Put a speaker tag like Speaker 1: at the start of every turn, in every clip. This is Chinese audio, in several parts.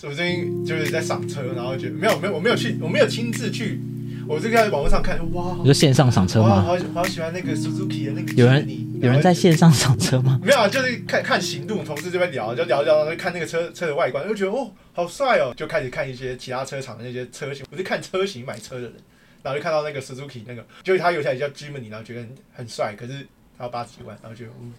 Speaker 1: 所以我最近就是在赏车，然后觉得没有没有，我没有去，我没有亲自去，我这个在网络上看，哇，
Speaker 2: 你说线上赏车
Speaker 1: 哇，
Speaker 2: 吗？
Speaker 1: 好喜好喜欢那个 Suzuki 的那个
Speaker 2: 有人
Speaker 1: Jimny，
Speaker 2: 有人在线上赏车 吗？
Speaker 1: 没有啊，就是看看行动，同事这边聊，就聊一聊，然后就看那个车车的外观，就觉得哦，好帅哦，就开始看一些其他车厂的那些车型。我是看车型买车的人，然后就看到那个 Suzuki 那个，就是他有台叫 Jimny，然后觉得很很帅，可是他要八十几万，然后觉得嗯，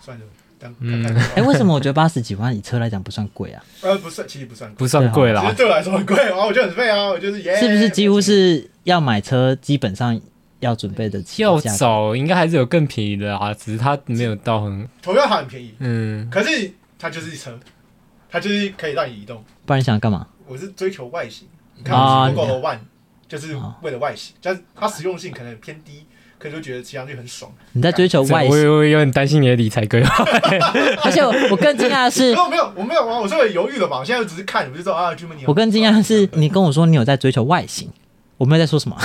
Speaker 1: 算了，当看看就好。
Speaker 2: 哎、为什么我觉得八十几万以车来讲不算 贵啊？
Speaker 1: 呃，不算，其实不算贵，
Speaker 3: 不算贵
Speaker 1: 其实
Speaker 3: 啦。
Speaker 1: 对我来啊说很贵，然后我就很废啊，我就是耶，
Speaker 2: 是不是几乎是要买车基本上要准备得起
Speaker 3: 要
Speaker 2: 的价格？
Speaker 3: 找应该还是有更便宜的啊，只是它没有到很
Speaker 1: 投票好很便宜，
Speaker 3: 嗯
Speaker 1: 可是它就是一车，它就是可以让你移动。
Speaker 2: 不然你想干嘛？
Speaker 1: 我是追求外形，你看
Speaker 2: 啊
Speaker 1: 我 g o
Speaker 2: 你
Speaker 1: o 的 One 就是为了外形，但是它实用性可能偏低，可是就觉得骑上去很爽。
Speaker 2: 你在追求
Speaker 3: 这
Speaker 2: 外
Speaker 3: 我
Speaker 2: 形，
Speaker 3: 有我有点担心你的理财规划。
Speaker 2: 而且我我更惊讶的
Speaker 1: 没
Speaker 2: 是，
Speaker 1: 有没有，我没有啊，我稍微犹豫了嘛，我现在只是看，我就知道啊 g i m n y
Speaker 2: 我更惊讶的是，你跟我说你有在追求外形，我没有在说什么，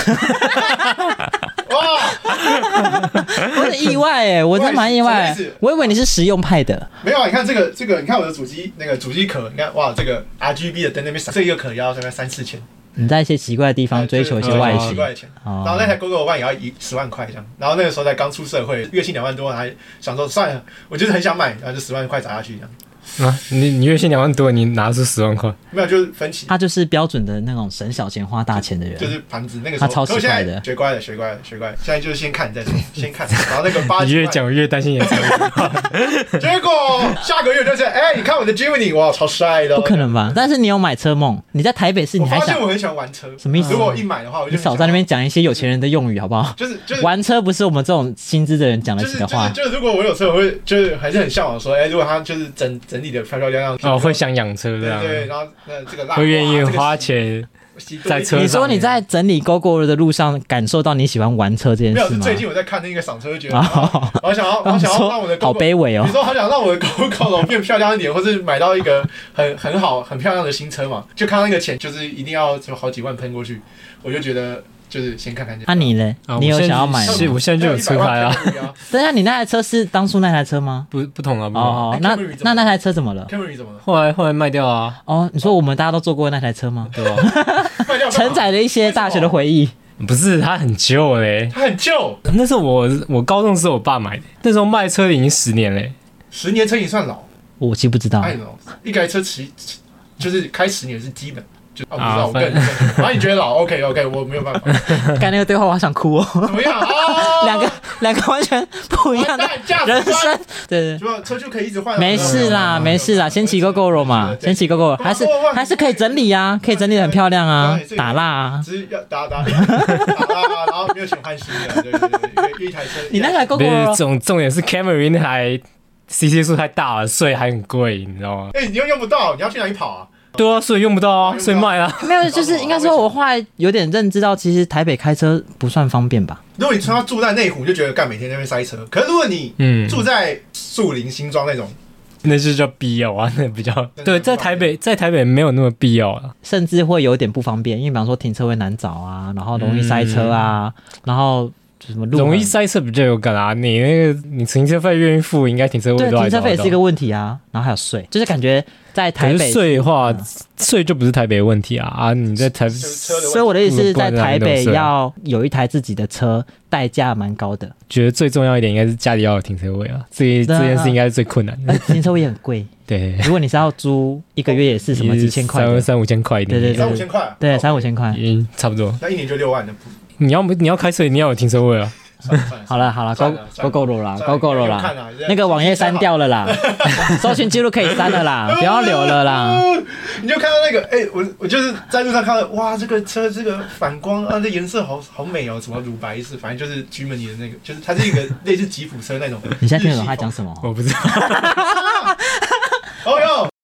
Speaker 1: 哇，
Speaker 2: 我很意外哎、我真的蛮意外、
Speaker 1: 什么意思
Speaker 2: 我以为你是实用派的，
Speaker 1: 没有啊，你看这个这个，你看我的主机那个主机壳，你看哇，这个 RGB 的灯那边闪，这一个壳要大概三四千，
Speaker 2: 你在一些奇怪的地方追求一些
Speaker 1: 呃
Speaker 2: 外
Speaker 1: 对奇
Speaker 2: 形
Speaker 1: 怪的钱。然后
Speaker 2: 哦
Speaker 1: 那。台 GoGo One 也要一十万块这样，然后那个时候才刚出社会，月薪两万多，还想说算了，我就是很想买，然后就十万块砸下去这样，
Speaker 3: 啊， 你你月薪两万多，你拿出十万块，
Speaker 1: 没有就是分期
Speaker 2: 他就是标准的那种省小钱花大钱的人，
Speaker 1: 就是盘子那个时候，
Speaker 2: 他超
Speaker 1: 可是
Speaker 2: 奇
Speaker 1: 现
Speaker 2: 怪的
Speaker 1: 在学乖了，学乖了，学乖了。现在就是先看 再说，先看。然后那个八
Speaker 3: 你
Speaker 1: 几
Speaker 3: 越
Speaker 1: 万，
Speaker 3: 讲越担心你的财务。
Speaker 1: 结果下个月就是，哎、你看我的 Jimny，哇，超帅的。哦
Speaker 2: 不可。能吧？但是你有买车梦，你在台北市，
Speaker 1: 我
Speaker 2: 你还
Speaker 1: 发
Speaker 2: 想
Speaker 1: 现我很喜欢玩车，
Speaker 2: 什么意思
Speaker 1: 如果我一买的话，我就
Speaker 2: 你
Speaker 1: 很想
Speaker 2: 少在那边讲一些有钱人的用语好不好？
Speaker 1: 就是就是。
Speaker 2: 玩车不是我们这种薪资的人讲得
Speaker 1: 就是
Speaker 2: 起
Speaker 1: 就
Speaker 2: 的话
Speaker 1: 是。就是，如果我有车，我会就是还是很向往说，哎、如果他就是整整理的漂漂亮亮，
Speaker 3: 哦，会想养车
Speaker 1: 对
Speaker 3: 这样，
Speaker 1: 对，然后那这个蜡
Speaker 3: 会愿意
Speaker 1: 哇这个
Speaker 3: 花
Speaker 1: 洗
Speaker 3: 钱。
Speaker 1: 洗多
Speaker 3: 在
Speaker 1: 一点
Speaker 3: 车
Speaker 2: 你
Speaker 3: 上
Speaker 2: 说你在整理 GoGo 的路上感受到你喜欢玩车这件
Speaker 1: 没有，
Speaker 2: 事
Speaker 1: 是
Speaker 2: 吗？
Speaker 1: 最近我在看那个赏车，觉得
Speaker 2: 啊，
Speaker 1: 我想要我
Speaker 2: 他
Speaker 1: 想要
Speaker 2: 说
Speaker 1: 让我的
Speaker 2: 好
Speaker 1: GoGo
Speaker 2: 卑微哦
Speaker 1: 你。说好想让我的狗狗笼变漂亮一点，或是买到一个很很好、很漂亮的新车嘛？就看到那个钱，就是一定要就好几万喷过去，我就觉得就是先看看就好。
Speaker 2: 那你呢
Speaker 3: 啊？
Speaker 2: 你有
Speaker 3: 我现
Speaker 2: 想
Speaker 3: 在
Speaker 2: 要买吗？
Speaker 3: 是，我现在就有车
Speaker 1: 100
Speaker 3: 开
Speaker 1: 万
Speaker 3: 啊，
Speaker 1: Camry 啊
Speaker 2: 等一下，你那台车是当初那台车吗？
Speaker 3: 不不同啊，不同啊。
Speaker 2: 哦
Speaker 1: 哎，
Speaker 2: 那
Speaker 1: Camry 怎
Speaker 2: 那
Speaker 1: 么了
Speaker 2: 那台车怎么了？
Speaker 1: ！Camry 怎么了？
Speaker 3: 后来后来卖掉啊，
Speaker 2: 哦，你说我们大家都坐过那台车吗？
Speaker 3: 对吧？
Speaker 1: 卖掉干嘛
Speaker 2: 承载了一些大学的回
Speaker 1: 哎
Speaker 2: 忆。
Speaker 3: 不是，它很旧嘞。
Speaker 1: 它很旧，
Speaker 3: 那时候我我高中的时候我爸买的，那时候卖车已经十年嘞。
Speaker 1: 十年车也算老，
Speaker 2: 我其实不知
Speaker 3: 啊
Speaker 2: 道，
Speaker 1: 哎呦，一台车骑骑就是开十年是基本。就啊，我不知道，
Speaker 3: 啊
Speaker 1: 我个人认为，啊，你觉得老？OK OK，我没有 办法，
Speaker 2: 刚那个对话我好想哭哦。
Speaker 1: 怎么样啊？
Speaker 2: 两个两个完全不一样的
Speaker 1: 价值
Speaker 2: 人
Speaker 1: 观
Speaker 2: 生，对对。
Speaker 1: 什么车就可以一直换啊，
Speaker 2: 没事啦，没事啦，先骑 GoGo 嘛，先骑 GoGo，还是还是可以整理啊，可以整理的很漂亮啊，打蜡啊。
Speaker 1: 只是要打打打打，然后没有钱换新的，对对对，因为一台车。
Speaker 2: 你那台
Speaker 3: 不是
Speaker 2: GoGo
Speaker 3: 重重点是 Camry 那台 CC 数太大了，所以还很贵，你知道吗？
Speaker 1: 哎、你又用不到，你要去哪里跑啊？
Speaker 3: 对啊，所以用不到啊，所以卖啦。
Speaker 2: 没有，就是应该说，我后来有点认知到，其实台北开车不算方便吧。
Speaker 1: 如果你他妈住在内湖，你就觉得干每天在那边塞车。可是如果你
Speaker 3: 嗯，
Speaker 1: 住在树林、新庄那种，
Speaker 3: 那就叫必要啊，那比较
Speaker 1: 那
Speaker 3: 对，在台
Speaker 2: 嗯
Speaker 3: 北在台北没有那么必要啊。
Speaker 2: 甚至会有点不方便，因为比方说停车位难找啊，然后容易塞车啊，然后就什么路
Speaker 3: 容易
Speaker 2: 很
Speaker 3: 塞车比较有感啊，你那个你停车费愿意付，应该停车位
Speaker 2: 对
Speaker 3: 都还
Speaker 2: 停车
Speaker 3: 找得
Speaker 2: 费也是一
Speaker 3: 到
Speaker 2: 个问题啊，然后还有税，就是感觉在台
Speaker 3: 可
Speaker 2: 北
Speaker 3: 是，税的话
Speaker 2: 嗯，
Speaker 3: 税就不是台北的问题啊啊！你在台
Speaker 1: 就是车的
Speaker 2: 所以
Speaker 1: 问题。
Speaker 2: 我的意思是
Speaker 3: 不
Speaker 2: 在
Speaker 3: 能
Speaker 2: 台北
Speaker 3: 不能
Speaker 2: 要有一台自己的车，代价蛮高的，
Speaker 3: 觉得最重要一点应该是家里要有停车位啊，这
Speaker 2: 对啊
Speaker 3: 这件事应该是最困难的
Speaker 2: 而。且停呃车位也很贵，
Speaker 3: 对，
Speaker 2: 如果你是要租一个月也是什么几千块
Speaker 3: 三
Speaker 2: 的，
Speaker 3: 三五千块一点，
Speaker 2: 对
Speaker 1: 三五千块、啊，
Speaker 2: 对，
Speaker 1: 哦
Speaker 2: 三五，千块。
Speaker 3: 嗯，差不多。
Speaker 1: 那一年就六万，那不
Speaker 3: 你要你要开车，你要有停车位啊。
Speaker 1: 算了算了。
Speaker 2: 好了好了
Speaker 1: 算了
Speaker 2: ，Go Go Go 了啦，Go Go 了啦，
Speaker 1: 啦
Speaker 2: 那个网页删，掉 了啦，搜寻记录可以删了啦，不要留了啦。
Speaker 1: 你就看到那个，哎、我我就是在路上看到，哇，这个车这个反光啊，这颜色好好美哦，什么乳白色，反正就是 g i m n y 的那个，就是它是一个 类似吉普车那种。
Speaker 2: 你现在听得懂他讲什么？
Speaker 3: 我不知道，
Speaker 1: 哦哟，